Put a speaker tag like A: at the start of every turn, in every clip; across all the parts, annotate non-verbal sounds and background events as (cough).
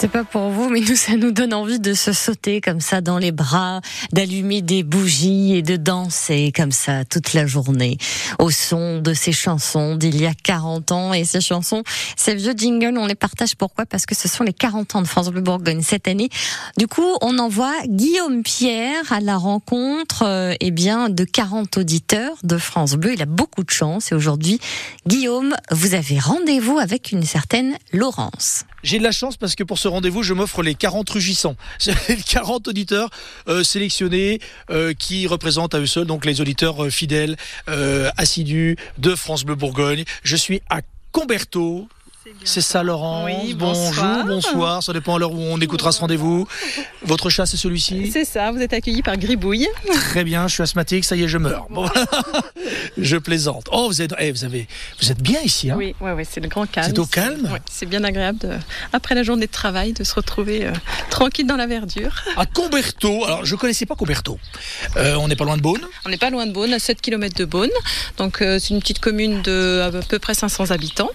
A: sais pas pour vous, mais nous, ça nous donne envie de se sauter comme ça dans les bras, d'allumer des bougies et de danser comme ça toute la journée au son de ces chansons d'il y a 40 ans. Et ces chansons, ces vieux jingles, on les partage pourquoi Parce que ce sont les 40 ans de France Bleu Bourgogne cette année. Du coup, on envoie Guillaume Pierre à la rencontre euh, eh bien, de 40 auditeurs de France Bleu. Il a beaucoup de chance et aujourd'hui, Guillaume, vous avez rendez-vous avec une certaine Laurence.
B: J'ai de la chance parce que pour ce rendez-vous, je m'offre les 40 rugissants. (laughs) C'est les 40 auditeurs euh, sélectionnés euh, qui représentent à eux seuls donc les auditeurs euh, fidèles, euh, assidus de France Bleu Bourgogne. Je suis à Comberto. C'est ça, Laurence.
C: Oui,
B: Bonjour,
C: bonsoir.
B: bonsoir. Ça dépend à l'heure où on écoutera ce rendez-vous. Votre chat, c'est celui-ci.
C: C'est ça, vous êtes accueilli par Gribouille.
B: Très bien. Je suis asthmatique. Ça y est, je meurs. Bon, (laughs) voilà. je plaisante. Oh, vous êtes, eh, vous avez, vous êtes bien ici. Hein
C: Oui, ouais, ouais, c'est le grand calme.
B: C'est au calme
C: Ouais, c'est bien agréable, de- après la journée de travail, de se retrouver euh, tranquille dans la verdure.
B: À Comberto. Alors, je connaissais pas Comberto. Euh, on n'est pas loin de Beaune.
C: On n'est pas loin de Beaune, à 7 km de Beaune. Donc, euh, c'est une petite commune de à peu près 500 habitants.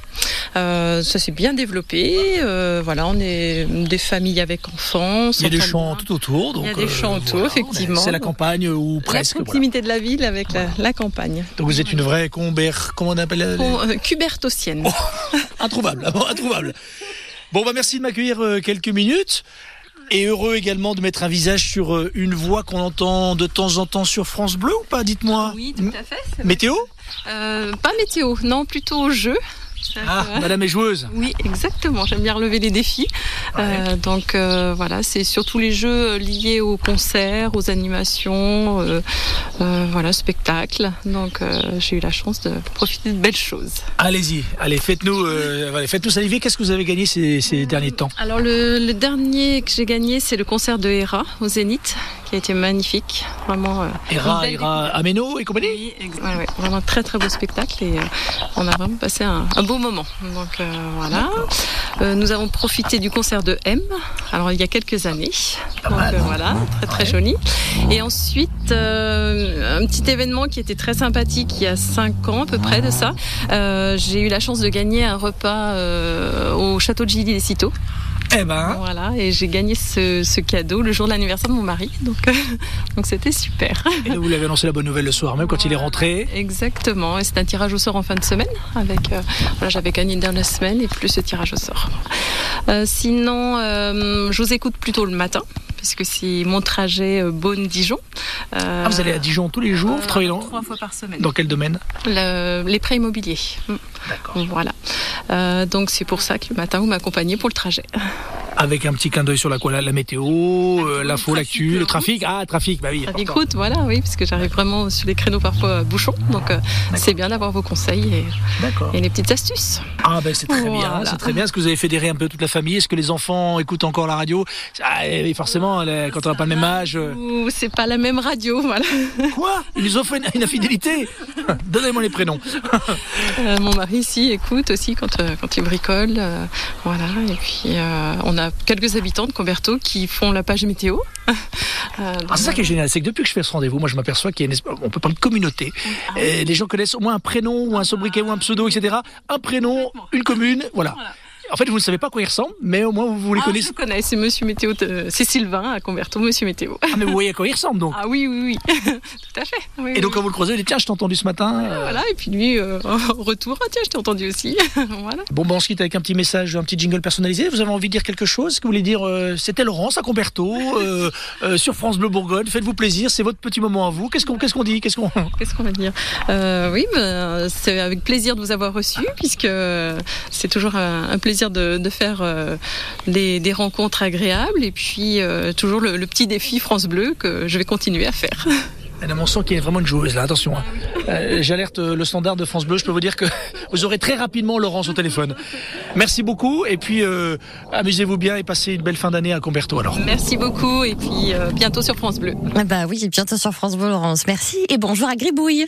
C: Euh, ça s'est bien développé. euh, voilà, on est des familles avec enfants.
B: Il y a des
C: s'entend
B: champs
C: bien.
B: tout autour. Donc
C: Il y a des champs autour,
B: on est-
C: effectivement.
B: C'est la campagne euh, ou presque.
C: La
B: voilà.
C: proximité de la ville avec la- la, campagne.
B: Donc vous êtes une vraie combert, comment on appelle euh, les-
C: Bon, euh, Cubertosienne.
B: Oh, Introuvable, bon, introuvable. Bon, bah merci de m'accueillir euh, quelques minutes. Et heureux également de mettre un visage sur euh, une voix qu'on entend de temps en temps sur France Bleu ou pas, dites-moi.
C: Oui, tout à fait. c'est vrai.
B: Météo
C: Euh, pas météo, non, plutôt jeu. Ça,
B: Ah,
C: euh,
B: madame est joueuse.
C: Oui, exactement. J'aime bien relever les défis. Euh, donc euh, voilà, c'est surtout les jeux euh, liés aux concerts, aux animations, euh, euh, voilà, spectacles. Donc euh, j'ai eu la chance de profiter de belles choses.
B: Allez-y, allez, faites-nous euh, allez, faites-nous saliver. Qu'est-ce que vous avez gagné ces,
C: Ah,
B: ces derniers temps
C: Alors le, le dernier que j'ai gagné, c'est le concert de Hera au Zénith, qui a été magnifique, vraiment. euh, une
B: Hera,
C: belle
B: Hera, Ameno et compagnie
C: Ouais, ouais, vraiment très très beau spectacle et euh, on a vraiment passé un, un beau moment. Donc euh, voilà. Euh, nous avons profité du concert de M, alors il y a quelques années. Donc euh, voilà, très très joli. Et ensuite, euh, un petit événement qui était très sympathique il y a 5 ans à peu près de ça. Euh, J'ai eu la chance de gagner un repas euh, au château de Gilly les Citeaux.
B: Eh ben,
C: Voilà, et j'ai gagné ce, ce cadeau le jour de l'anniversaire de mon mari. Donc euh, (laughs) donc c'était super.
B: et vous l'avez annoncé la bonne nouvelle le soir même quand il est rentré.
C: Exactement, et c'est un tirage au sort en fin de semaine. Avec, euh, voilà, j'avais gagné dans la semaine et plus ce tirage au sort. Euh, sinon, euh, je vous écoute plutôt le matin, puisque c'est mon trajet euh, Beaune-Dijon. Euh,
B: Ah, vous allez à Dijon tous les jours, vous travaillez dans-
C: Trois fois par semaine.
B: dans quel domaine
C: Le- les prêts immobiliers. Mm.
B: D'accord.
C: Voilà. Euh, donc c'est pour ça que le matin, vous m'accompagnez pour le trajet.
B: Ah, Avec un petit clin d'œil sur la, quoi, la, la météo, euh,
C: le
B: l'info,
C: trafic,
B: l'actu,
C: euh,
B: le trafic. Ah, trafic, bah oui.
C: Avec
B: important.
C: route, voilà, oui, parce que j'arrive vraiment sur les créneaux parfois à bouchon. Donc euh, c'est bien d'avoir vos conseils et,
B: D'accord.
C: et les petites astuces.
B: Ah, ben c'est très bien,
C: Voilà.
B: c'est très bien. Est-ce que vous avez fédéré un peu toute la famille Est-ce que les enfants écoutent encore la radio Ah, eh oui,
C: Oh,
B: Forcément, les- quand on n'a pas le même âge. euh,
C: Ou c'est pas la même radio, voilà.
B: Quoi Ils nous ont fait une, une
C: (laughs)
B: infidélité Donnez-moi les prénoms.
C: Euh, mon mari ici écoute aussi quand, euh, quand il bricole. euh, voilà. Et puis euh, on a quelques habitants de Comberto qui font la page météo. (laughs) Euh,
B: Ah, c'est ça qui est génial, c'est que depuis que je fais ce rendez-vous, moi je m'aperçois qu'il y a une espèce- on peut parler de communauté. Et les gens connaissent au moins un prénom, ou un sobriquet, ou un pseudo, etc. Un prénom, une commune, voilà.
C: Voilà.
B: En fait, vous ne savez pas à quoi ils ressemblent, mais au moins vous, vous les
C: Ah,
B: connaissez.
C: je connais, c'est Monsieur Météo, de- c'est Sylvain à Comberto, Monsieur Météo. (laughs)
B: Ah, mais vous voyez à quoi ils ressemblent donc.
C: Ah oui, oui, (laughs) oui, tout à fait. Oui,
B: Et donc
C: oui.
B: quand vous le croisez, vous dites tiens, je t'ai entendu ce matin. euh,
C: voilà, et puis lui, euh, (laughs) en retour, ah tiens, je t'ai entendu aussi. (laughs) voilà.
B: Bon, bah, on se quitte avec un petit message, un petit jingle personnalisé. Vous avez envie de dire quelque chose Est-ce que vous voulez dire euh, C'était Laurence à Comberto, euh, euh, sur France Bleu Bourgogne. Faites-vous plaisir, c'est votre petit moment à vous. Qu'est-ce qu'on qu'est-ce qu'on dit Qu'est-ce qu'on
C: Qu'est-ce qu'on va dire Euh, Oui, ben, c'est avec plaisir de vous avoir reçu, puisque euh, c'est toujours un, un plaisir de, de faire euh, des, des rencontres agréables, et puis euh, toujours le, le petit défi France Bleu que je vais continuer à faire.
B: Madame, on sent qu'il y a vraiment une joueuse là, attention. hein. Euh, J'alerte euh, le standard de France Bleu, je peux vous dire que (laughs) vous aurez très rapidement Laurence au téléphone. Merci beaucoup, et puis euh, amusez-vous bien et passez une belle fin d'année à Comberto alors.
C: Merci beaucoup, et puis euh, bientôt sur France Bleu.
A: Ah bah oui, bientôt sur France Bleu Laurence. Merci et bonjour à Gribouille.